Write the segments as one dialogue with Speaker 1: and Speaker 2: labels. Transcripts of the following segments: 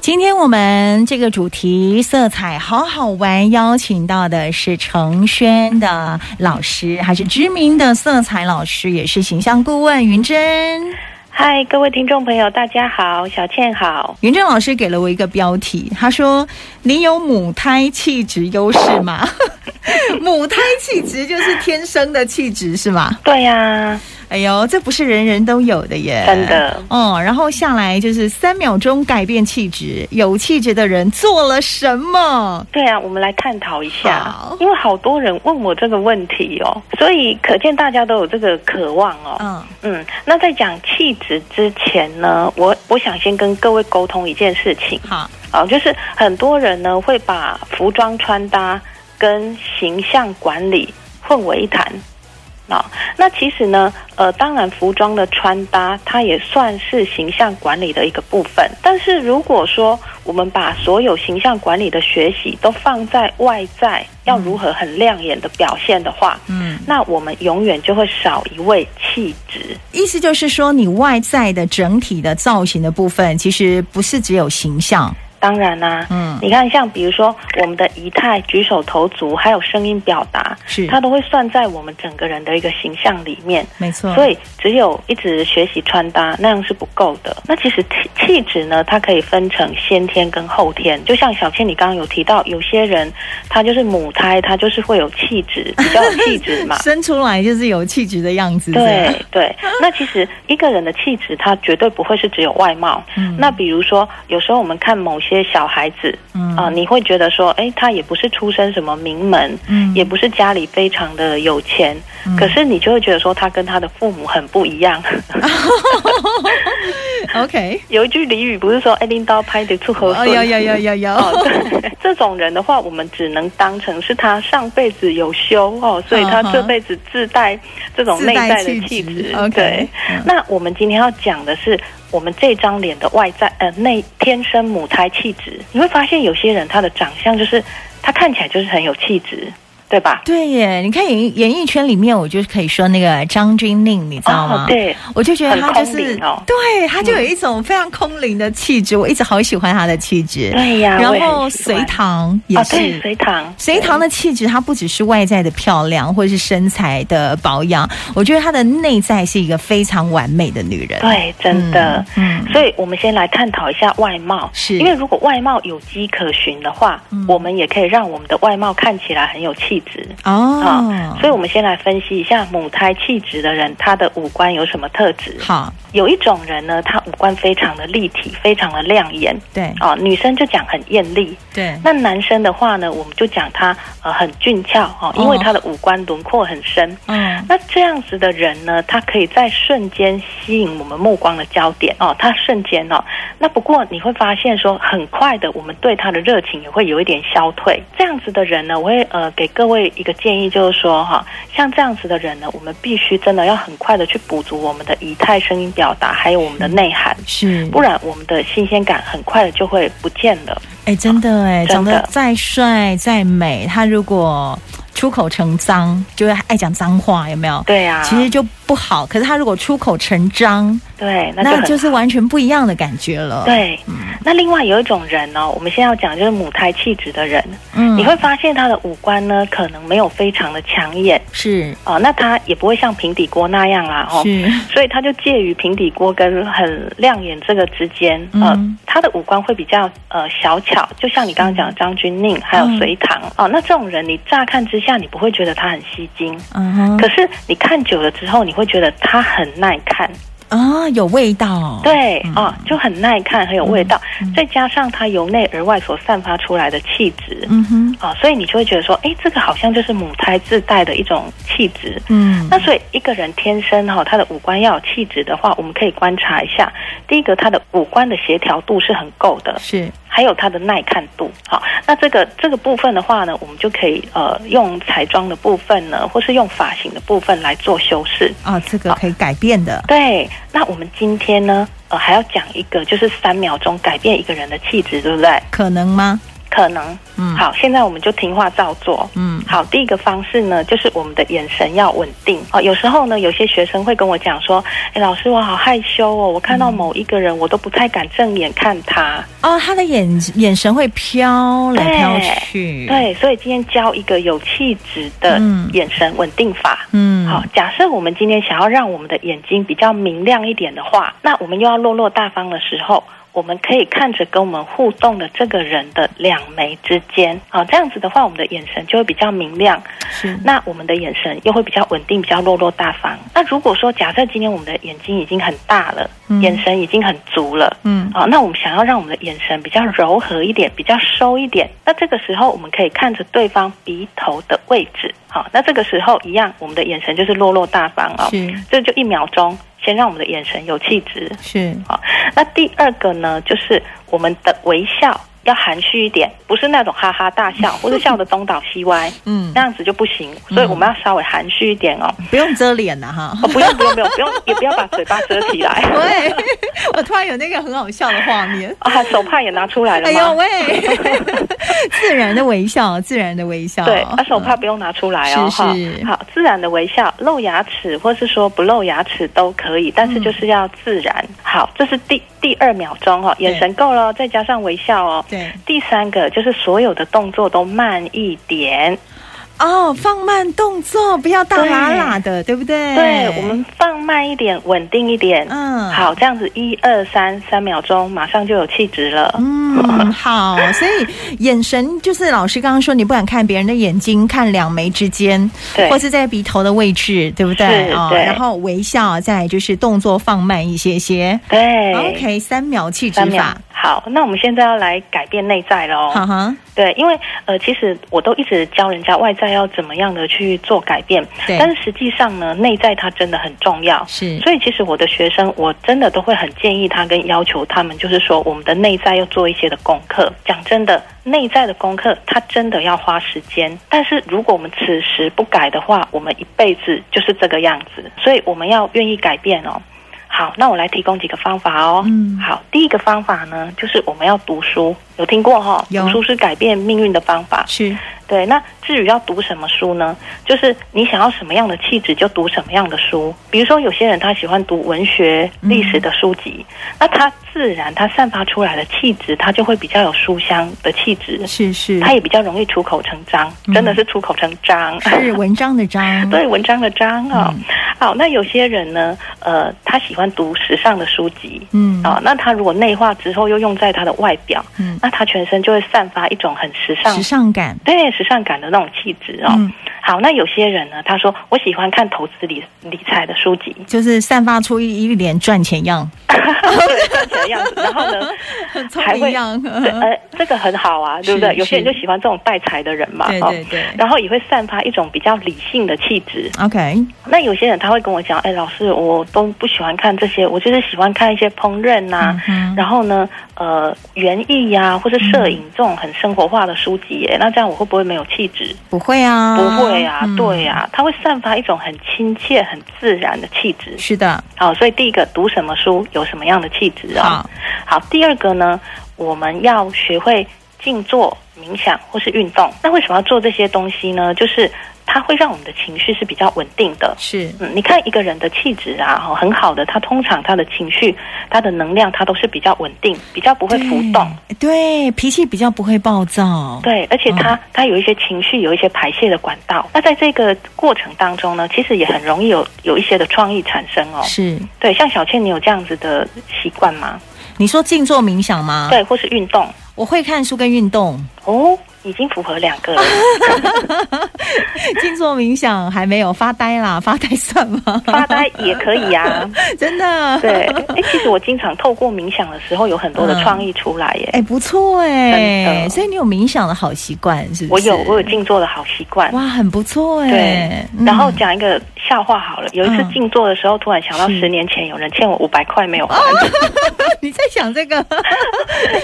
Speaker 1: 今天我们这个主题色彩好好玩，邀请到的是程轩的老师，还是知名的色彩老师，也是形象顾问云珍。
Speaker 2: 嗨，各位听众朋友，大家好，小倩好。
Speaker 1: 云珍老师给了我一个标题，他说：“你有母胎气质优势吗？” 母胎气质就是天生的气质是吗？
Speaker 2: 对呀、
Speaker 1: 哎呦，这不是人人都有的耶，
Speaker 2: 真的。
Speaker 1: 哦，然后下来就是三秒钟改变气质，有气质的人做了什么？
Speaker 2: 对啊，我们来探讨一下
Speaker 1: 好，
Speaker 2: 因为好多人问我这个问题哦，所以可见大家都有这个渴望哦。
Speaker 1: 嗯，
Speaker 2: 嗯，那在讲气质之前呢，我我想先跟各位沟通一件事情
Speaker 1: 好，
Speaker 2: 啊、就是很多人呢会把服装穿搭跟形象管理混为一谈啊、那其实呢，呃，当然服装的穿搭它也算是形象管理的一个部分，但是如果说我们把所有形象管理的学习都放在外在要如何很亮眼的表现的话，
Speaker 1: 嗯，
Speaker 2: 那我们永远就会少一位气质。
Speaker 1: 意思就是说，你外在的整体的造型的部分，其实不是只有形象，
Speaker 2: 当然啦、
Speaker 1: 嗯
Speaker 2: 你看，像比如说我们的仪态、举手投足，还有声音表达，
Speaker 1: 是
Speaker 2: 它都会算在我们整个人的一个形象里面。
Speaker 1: 没错。。
Speaker 2: 所以，只有一直学习穿搭那样是不够的。那其实气气质呢，它可以分成先天跟后天。就像小倩你刚刚有提到，有些人他就是母胎，他就是会有气质，比较有气质嘛
Speaker 1: 生出来 就是有气质的样子，这样
Speaker 2: 对对，那其实一个人的气质，他绝对不会是只有外貌。
Speaker 1: 嗯
Speaker 2: 那比如说，有时候我们看某些小孩子，
Speaker 1: 嗯
Speaker 2: 啊、你会觉得说，哎，他也不是出身什么名门，
Speaker 1: 嗯
Speaker 2: 也不是家里非常的有钱，可是你就会觉得说，他跟他的父母很不一样。
Speaker 1: OK，
Speaker 2: 有一句俚语不是说，哎，拎刀拍得出和
Speaker 1: 哦，有有有有有，
Speaker 2: 哦，对， 这种人的话，我们只能当成是他上辈子有修哦，所以他
Speaker 1: 嗯哼
Speaker 2: 这辈子自带这种内在
Speaker 1: 自
Speaker 2: 的气
Speaker 1: 带气
Speaker 2: 质
Speaker 1: 质。，OK，
Speaker 2: 对
Speaker 1: 嗯，
Speaker 2: 那我们今天要讲的是我们这张脸的外在，呃，内天生母胎气质。你会发现有些人他的长相就是他看起来就是很有气质，对吧？
Speaker 1: 对耶！你看演艺演艺圈里面，我就可以说那个张钧甯，你知道吗？
Speaker 2: 哦对，
Speaker 1: 我就觉得他就
Speaker 2: 很空
Speaker 1: 是，
Speaker 2: 灵哦
Speaker 1: 对，他就有一种非常空灵的气质，我一直好喜欢他的气质。
Speaker 2: 对呀
Speaker 1: 然
Speaker 2: 我也
Speaker 1: 后
Speaker 2: 很喜
Speaker 1: 隋
Speaker 2: 欢
Speaker 1: 唐也
Speaker 2: 啊，
Speaker 1: 是。
Speaker 2: 对，隋唐，
Speaker 1: 隋唐的气质，它不只是外在的漂亮，或者是身材的保养，我觉得她的内在是一个非常完美的女人。
Speaker 2: 对，真的。
Speaker 1: 嗯，嗯，
Speaker 2: 所以，我们先来探讨一下外貌，
Speaker 1: 是
Speaker 2: 因为如果外貌有迹可循的话，
Speaker 1: 嗯
Speaker 2: 我们也可以让我们的外貌看起来很有气质
Speaker 1: 哦，
Speaker 2: 所以，我们先来分析一下母胎气质的人，他的五官有什么特质？
Speaker 1: 好，
Speaker 2: 有一种人呢，他五官非常的立体，非常的亮眼
Speaker 1: 对
Speaker 2: 啊、女生就讲很艳丽。
Speaker 1: 对，
Speaker 2: 那男生的话呢，我们就讲他呃很俊俏哦，因为
Speaker 1: 哦
Speaker 2: 他的五官轮廓很深。
Speaker 1: 嗯，
Speaker 2: 那这样子的人呢，他可以在瞬间吸引我们目光的焦点哦，他瞬间哦。那不过你会发现说，很快的，我们对他的热情也会有一点消退。这样子的人呢，我会呃给各位一个建议，就是说哈、像这样子的人呢，我们必须真的要很快的去补足我们的仪态、声音表达，还有我们的内涵。
Speaker 1: 是
Speaker 2: 不然，我们的新鲜感很快的就会不见了。
Speaker 1: 哎，真的哎，长
Speaker 2: 真的
Speaker 1: 得再帅再美，他如果出口成脏，就是爱讲脏话，有没有？
Speaker 2: 对啊，
Speaker 1: 其实就不好。可是他如果出口成章，
Speaker 2: 对，那就
Speaker 1: 那
Speaker 2: 很嗯
Speaker 1: 就是完全不一样的感觉了。，
Speaker 2: 对。那另外有一种人呢、我们现在要讲就是母胎气质的人，
Speaker 1: 嗯
Speaker 2: 你会发现他的五官呢，可能没有非常的抢眼
Speaker 1: 是
Speaker 2: 哦，那他也不会像平底锅那样啦哦，
Speaker 1: 是，
Speaker 2: 所以他就介于平底锅跟很亮眼这个之间，呃
Speaker 1: 嗯，
Speaker 2: 他的五官会比较呃小巧，就像你刚刚讲的张钧甯还有
Speaker 1: 嗯
Speaker 2: 隋唐、哦，那这种人你乍看之下你不会觉得他很吸睛，
Speaker 1: 嗯哼
Speaker 2: 可是你看久了之后你会觉得他很耐看，
Speaker 1: 啊，有味道。，
Speaker 2: 对
Speaker 1: 嗯
Speaker 2: 啊、就很耐看，很有味道，再加上他由内而外所散发出来的气质，
Speaker 1: 嗯哼，
Speaker 2: 啊、所以你就会觉得说，哎，这个好像就是母胎自带的一种气质。
Speaker 1: 嗯
Speaker 2: 那所以一个人天生哈、他的五官要有气质的话，我们可以观察一下，第一个他的五官的协调度是很够的，
Speaker 1: 是
Speaker 2: 还有他的耐看度。好、那这个这个部分的话呢，我们就可以呃用彩妆的部分呢，或是用发型的部分来做修饰。
Speaker 1: 啊，这个可以改变的。
Speaker 2: 对，那我们今天呢，呃还要讲一个就是三秒钟改变一个人的气质，对不对？
Speaker 1: 可能吗？
Speaker 2: 可能，
Speaker 1: 嗯
Speaker 2: 好，现在我们就听话照做。
Speaker 1: 嗯
Speaker 2: 好，第一个方式呢，就是我们的眼神要稳定哦。有时候呢，有些学生会跟我讲说：“哎，老师，我好害羞哦，我看到某一个人，我都不太敢正眼看他。
Speaker 1: 哦，他的眼眼神会飘来飘去，，
Speaker 2: 对，所以今天教一个有气质的
Speaker 1: 嗯
Speaker 2: 眼神稳定法。
Speaker 1: 嗯，
Speaker 2: 好，假设我们今天想要让我们的眼睛比较明亮一点的话，那我们又要落落大方的时候，我们可以看着跟我们互动的这个人的两眉之间，好，这样子的话，我们的眼神就会比较明亮，
Speaker 1: 是，
Speaker 2: 那我们的眼神又会比较稳定，比较落落大方。那如果说假设今天我们的眼睛已经很大了，
Speaker 1: 嗯
Speaker 2: 眼神哦已经很足了。
Speaker 1: 嗯
Speaker 2: 好，那我们想要让我们的眼神比较柔和一点，比较收一点。那这个时候，我们可以看着对方鼻头的位置。好，那这个时候一样，我们的眼神就是落落大方哦。
Speaker 1: 是
Speaker 2: 这就一秒钟，先让我们的眼神有气质。
Speaker 1: 是，
Speaker 2: 好，那第二个呢，就是我们的微笑要含蓄一点，不是那种哈哈大笑，或是笑得东倒西歪，
Speaker 1: 嗯
Speaker 2: 那，样子就不行。所以我们要稍微含蓄一点哦。
Speaker 1: 不用遮脸了哈。
Speaker 2: 哦，不用不用不用不用，也不要把嘴巴遮起来。
Speaker 1: 喂， 我突然有那个很好笑的画面。
Speaker 2: 啊，手帕也拿出来了
Speaker 1: 哎呦
Speaker 2: 吗？
Speaker 1: 喂， 自然的微笑，自然的微笑。
Speaker 2: 对，啊，手帕不用拿出来哦，
Speaker 1: 哦是
Speaker 2: 哈
Speaker 1: 是
Speaker 2: 好，自然的微笑，露牙齿或是说不露牙齿都可以，
Speaker 1: 嗯
Speaker 2: 但是就是要自然。好，这是第第二秒钟哦，眼神够了哦，再加上微笑哦。
Speaker 1: 嗯对
Speaker 2: 第三个就是所有的动作都慢一点，
Speaker 1: 哦，放慢动作，不要大喇喇的，对不对？
Speaker 2: 对我们放慢一点，稳定一点。
Speaker 1: 嗯
Speaker 2: 好，这样子一二三三秒钟，马上就有气质了。
Speaker 1: 嗯，好，所以眼神就是老师刚刚说，你不敢看别人的眼睛，看两眉之间，
Speaker 2: 对
Speaker 1: 或是在鼻头的位置，对不对？
Speaker 2: 是
Speaker 1: 哦，
Speaker 2: 对
Speaker 1: 然后微笑，再来就是动作放慢一些些。
Speaker 2: 对
Speaker 1: OK，三秒气质
Speaker 2: 三秒
Speaker 1: 法，。
Speaker 2: 好，那我们现在要来改变内在喽。
Speaker 1: 哈哈，
Speaker 2: 对，因为呃，其实我都一直教人家外在要怎么样的去做改变，
Speaker 1: 对
Speaker 2: 但是实际上呢，内在它真的很重要。
Speaker 1: 是
Speaker 2: 所以其实我的学生，我真的都会很建议他跟要求他们，就是说我们的内在要做一些的功课。讲真的，内在的功课它真的要花时间，但是如果我们此时不改的话，我们一辈子就是这个样子。所以我们要愿意改变哦。好，那我来提供几个方法哦。
Speaker 1: 嗯
Speaker 2: 好，第一个方法呢，就是我们要读书，有听过哈、
Speaker 1: 有
Speaker 2: 读书是改变命运的方法。
Speaker 1: 是
Speaker 2: 对，那至于要读什么书呢？就是你想要什么样的气质，就读什么样的书。比如说，有些人他喜欢读文学、
Speaker 1: 嗯
Speaker 2: 历史的书籍，那他自然他散发出来的气质，他就会比较有书香的气质，
Speaker 1: 是是，
Speaker 2: 他也比较容易出口成章，真的是出口成章。
Speaker 1: 是嗯文章的章，
Speaker 2: 对文章的章哦，好，那有些人呢，呃，他喜欢读时尚的书籍，
Speaker 1: 嗯
Speaker 2: 哦，那他如果内化之后又用在他的外表，
Speaker 1: 嗯
Speaker 2: 那他全身就会散发一种很时尚
Speaker 1: 时尚感，
Speaker 2: 对时尚感的那种气质哦。
Speaker 1: 嗯
Speaker 2: 好，那有些人呢，他说我喜欢看投资理理财的 书籍，
Speaker 1: 就是散发出一一脸赚钱 样，
Speaker 2: 对，赚钱的样子。然后呢，
Speaker 1: 很聪
Speaker 2: 还
Speaker 1: 明
Speaker 2: 会
Speaker 1: 样，
Speaker 2: 对，呃，这个很好啊，
Speaker 1: 嗯
Speaker 2: 对不
Speaker 1: 是
Speaker 2: 对？有些人
Speaker 1: 是
Speaker 2: 就喜欢这种带财的人嘛，哦
Speaker 1: 对对 对
Speaker 2: 然后也会散发一种比较理性的气质。
Speaker 1: OK，
Speaker 2: 那有些人他会跟我讲，哎，老师，我都不喜欢看这些，我就是喜欢看一些烹饪呐、
Speaker 1: 嗯哼
Speaker 2: 然后呢，呃，园艺呀、或是摄
Speaker 1: 嗯
Speaker 2: 影这种很生活化的书籍耶，那这样我会不会没有气质？
Speaker 1: 不会啊，
Speaker 2: 不会啊，
Speaker 1: 嗯
Speaker 2: 对，啊，它会散发一种很亲切、很自然的气质。
Speaker 1: 是的，
Speaker 2: 好，所以第一个读什么书，有什么样的气质哦
Speaker 1: 好。
Speaker 2: 好，第二个呢，我们要学会静坐、冥想或是运动。那为什么要做这些东西呢？就是它会让我们的情绪是比较稳定的。
Speaker 1: 是
Speaker 2: 嗯，你看一个人的气质啊，哦，很好的，他通常他的情绪、他的能量，他都是比较稳定，比较不会浮动。
Speaker 1: 对，对，脾气比较不会暴躁，
Speaker 2: 对，而且他、
Speaker 1: 嗯
Speaker 2: 他有一些情绪，有一些排泄的管道。那在这个过程当中呢，其实也很容易有有一些的创意产生哦。
Speaker 1: 是。
Speaker 2: 对，像小倩，你有这样子的习惯吗？
Speaker 1: 你说静坐冥想吗？，
Speaker 2: 对，或是运动
Speaker 1: 我会看书跟运动，
Speaker 2: 哦，已经符合两个了。
Speaker 1: 静坐冥想还没有发呆啦， 发呆算吗？
Speaker 2: 发呆也可以啊。
Speaker 1: 真的，
Speaker 2: 对，哎，其实我经常透过冥想的时候，有很多的创意出来耶。
Speaker 1: 哎，不错哎，
Speaker 2: 真的
Speaker 1: 所以你有冥想的好习惯是不
Speaker 2: 我
Speaker 1: 是？
Speaker 2: 有我有静坐的好习惯。
Speaker 1: 哇，很不错
Speaker 2: 对
Speaker 1: 哎。，嗯
Speaker 2: 然后讲一个笑话好了。有一次
Speaker 1: 嗯
Speaker 2: 静坐的时候，突然想到
Speaker 1: 是
Speaker 2: 十年前有人欠我五百块没有还，
Speaker 1: 你在想这 个，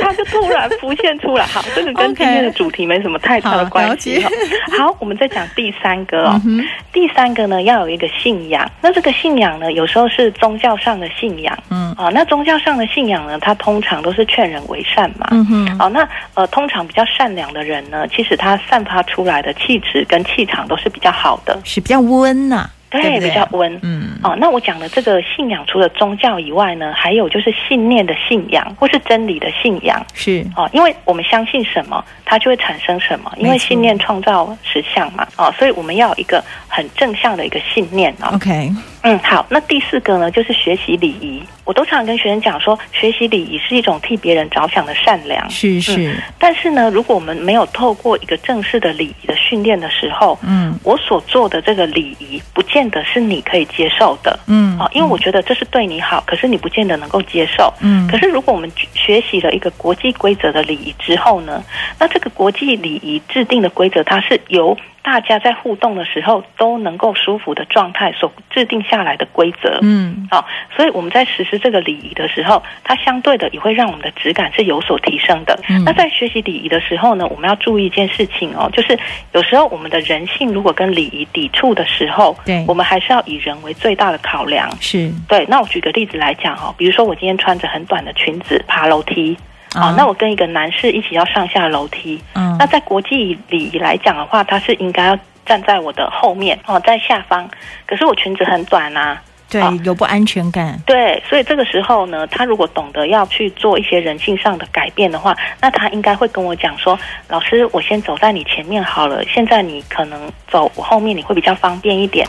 Speaker 2: 他就突然浮现出来。好，这个跟
Speaker 1: OK
Speaker 2: 今天的主题没什么太大的关系
Speaker 1: 好
Speaker 2: 哈
Speaker 1: 了。
Speaker 2: 好，我们再讲第三个哦
Speaker 1: 嗯。哼
Speaker 2: 第三个呢，要有一个信仰。那这个信仰呢，有时候是宗教上的信仰，
Speaker 1: 嗯
Speaker 2: 啊、那宗教上的信仰呢，它通常都是劝人为善嘛。
Speaker 1: 嗯哼，
Speaker 2: 哦，那呃，通常比较善良的人呢，其实他散发出来的气质跟气场都是比较好的，
Speaker 1: 是比较温呐、对不对
Speaker 2: 比较温。
Speaker 1: 嗯，
Speaker 2: 哦，那我讲的这个信仰，除了宗教以外呢，还有就是信念的信仰，或是真理的信仰。
Speaker 1: 是，
Speaker 2: 哦，因为我们相信什么，它就会产生什么，因为
Speaker 1: 没错
Speaker 2: 信念创造实相嘛。哦，所以我们要有一个很正向的一个信念哦。
Speaker 1: OK，
Speaker 2: 嗯，好，那第四个呢，就是学习礼仪。我都常跟学生讲说，学习礼仪是一种替别人着想的善良。
Speaker 1: 是是，
Speaker 2: 但是呢，如果我们没有透过一个正式的礼仪的训练的时候，
Speaker 1: 嗯
Speaker 2: 我所做的这个礼仪，不见得是你可以接受的。
Speaker 1: 嗯，
Speaker 2: 啊，因为我觉得这是对你好，可是你不见得能够接受。
Speaker 1: 嗯
Speaker 2: 可是如果我们学习了一个国际规则的礼仪之后呢，那这个国际礼仪制定的规则，它是由大家在互动的时候都能够舒服的状态所制定下来的规则。
Speaker 1: 嗯
Speaker 2: 好、所以我们在实施这个礼仪的时候，它相对的也会让我们的质感是有所提升的。
Speaker 1: 嗯
Speaker 2: 那在学习礼仪的时候呢，我们要注意一件事情哦，就是有时候我们的人性如果跟礼仪抵触的时候，
Speaker 1: 对
Speaker 2: 我们还是要以人为最大的考量。
Speaker 1: 是
Speaker 2: 对，那我举个例子来讲哦，比如说我今天穿着很短的裙子爬楼梯，啊、
Speaker 1: 啊
Speaker 2: 那我跟一个男士一起要上下楼梯，
Speaker 1: 嗯
Speaker 2: 那在国际礼仪来讲的话，他是应该要站在我的后面哦，在下方，可是我裙子很短啊，
Speaker 1: 对
Speaker 2: 好
Speaker 1: 有不安全感，
Speaker 2: 对，所以这个时候呢，他如果懂得要去做一些人性上的改变的话，那他应该会跟我讲说：“老师，我先走在你前面好了，现在你可能走我后面，你会比较方便一点。”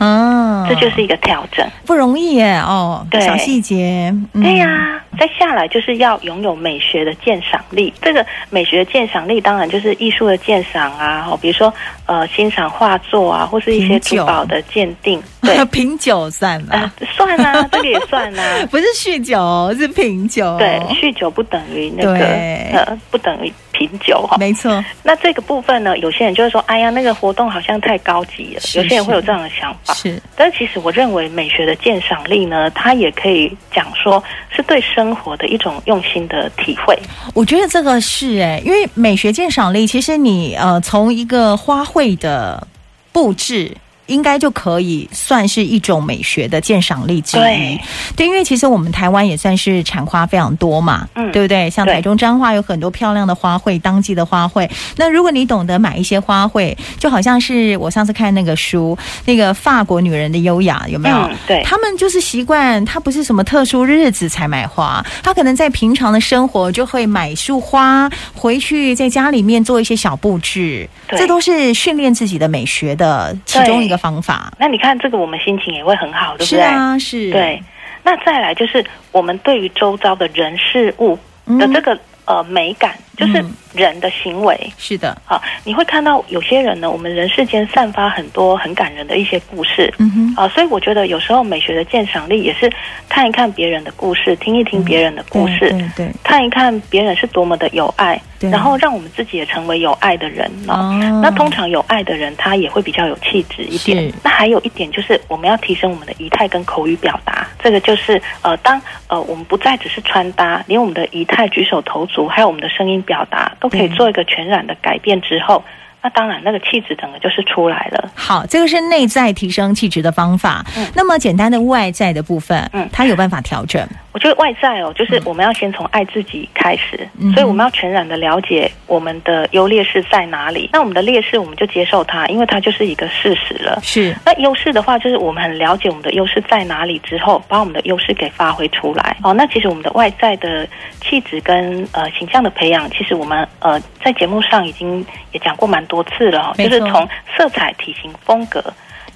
Speaker 1: 嗯，
Speaker 2: 哦这就是一个调整。
Speaker 1: 不容易耶哦，
Speaker 2: 对
Speaker 1: 小细节，嗯
Speaker 2: 对呀、再下来就是要拥有美学的鉴赏力。这个美学鉴赏力，当然就是艺术的鉴赏啊，哦，比如说呃，欣赏画作啊，或是一些
Speaker 1: 品酒
Speaker 2: 珠宝的鉴 定。对，
Speaker 1: 品酒算
Speaker 2: 呃
Speaker 1: 吧，，
Speaker 2: 算啊，这个也算啊。
Speaker 1: 不是酗酒，是品酒，
Speaker 2: 对，酗酒不等于那个
Speaker 1: 哦对
Speaker 2: 呃，不等于品酒哈。
Speaker 1: 没错，
Speaker 2: 那这个部分呢，有些人就会说，哎呀，那个活动好像太高级了，
Speaker 1: 是
Speaker 2: 有些人会有这样的想法。
Speaker 1: 是
Speaker 2: 但其实我认为美学的鉴赏力呢，它也可以讲说是对生活的一种用心的体会。
Speaker 1: 我觉得这个是哎、因为美学鉴赏力，其实你呃从一个花卉的布置。应该就可以算是一种美学的鉴赏力之一，
Speaker 2: 对
Speaker 1: 对因为其实我们台湾也算是产花非常多嘛，
Speaker 2: 嗯
Speaker 1: 对不对？像
Speaker 2: 对
Speaker 1: 台中彰化有很多漂亮的花卉，当季的花卉。那如果你懂得买一些花卉，就好像是我上次看那个书，那个法国女人的优雅，有没有？
Speaker 2: 嗯，对，
Speaker 1: 他们就是习惯，他不是什么特殊日子才买花，他可能在平常的生活就会买束花回去，在家里面做一些小布置，
Speaker 2: 对
Speaker 1: 这都是训练自己的美学的其中一个方法。
Speaker 2: 那你看这个，我们心情也会很好，对不
Speaker 1: 是
Speaker 2: 对？
Speaker 1: 啊，是，
Speaker 2: 对。那再来就是我们对于周遭的人事物
Speaker 1: 嗯
Speaker 2: 的这个、呃美感，就是
Speaker 1: 嗯
Speaker 2: 人的行为。
Speaker 1: 是的，
Speaker 2: 啊，你会看到有些人呢，我们人世间散发很多很感人的一些故事。
Speaker 1: 嗯哼，
Speaker 2: 啊，所以我觉得有时候美学的鉴赏力也是看一看别人的故事，听一听别人的故
Speaker 1: 嗯对
Speaker 2: 事，
Speaker 1: 对对
Speaker 2: 看一看别人是多么的有爱，
Speaker 1: 对，
Speaker 2: 然后让我们自己也成为有爱的人啊。
Speaker 1: 哦
Speaker 2: 那通常有爱的人，他也会比较有气质一点
Speaker 1: 是。
Speaker 2: 那还有一点就是，我们要提升我们的仪态跟口语表达。这个就是呃，当呃我们不再只是穿搭，连我们的仪态、举手投足，还有我们的声音表达，都可以
Speaker 1: 对
Speaker 2: 做一个全然的改变之后，那当然那个气质整个就是出来了。
Speaker 1: 好，这个是内在提升气质的方法。
Speaker 2: 嗯
Speaker 1: 那么简单的外在的部分，
Speaker 2: 嗯
Speaker 1: 它有办法调整。
Speaker 2: 我觉得外在哦，就是我们要先从爱自己开始，
Speaker 1: 嗯哼
Speaker 2: 所以我们要全然的了解我们的优劣势在哪里。那我们的劣势，我们就接受它，因为它就是一个事实了。
Speaker 1: 是，
Speaker 2: 那优势的话，就是我们很了解我们的优势在哪里之后，把我们的优势给发挥出来。哦，那其实我们的外在的气质跟呃形象的培养，其实我们呃在节目上已经也讲过蛮多次了、哦，
Speaker 1: 没
Speaker 2: 就
Speaker 1: 错
Speaker 2: 是从色彩、体型、风格、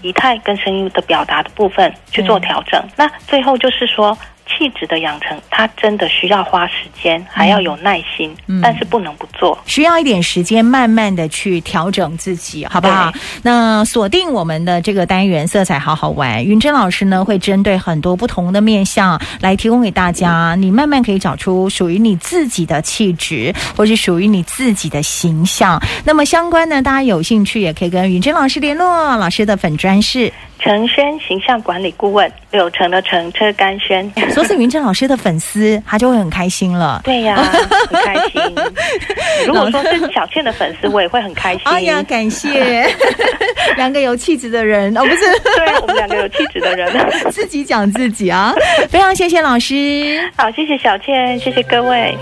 Speaker 2: 仪态跟声音的表达的部分去做调整。
Speaker 1: 嗯
Speaker 2: 那最后就是说。气质的养成，它真的需要花时间，还要有耐心，
Speaker 1: 嗯
Speaker 2: 但是不能不做。
Speaker 1: 需要一点时间，慢慢的去调整自己，好不好
Speaker 2: 对？
Speaker 1: 那锁定我们的这个单元“色彩好好玩”，云珍老师呢会针对很多不同的面向来提供给大家，你慢慢可以找出属于你自己的气质，或是属于你自己的形象。那么相关呢，大家有兴趣也可以跟云珍老师联络，老师的粉专是
Speaker 2: 陈轩形象管理顾问，柳橙的橙，车甘轩。
Speaker 1: 说是云珍老师的粉丝，他就会很开心 了。
Speaker 2: 对呀、很开心。如果说是小倩的粉丝，我也会很开心。
Speaker 1: 哎呀，感谢 两个有气质的人哦，不是
Speaker 2: 对我们两个有气质的人。
Speaker 1: 自己讲自己啊，非常谢谢老师。
Speaker 2: 好，谢谢小倩，谢谢各位。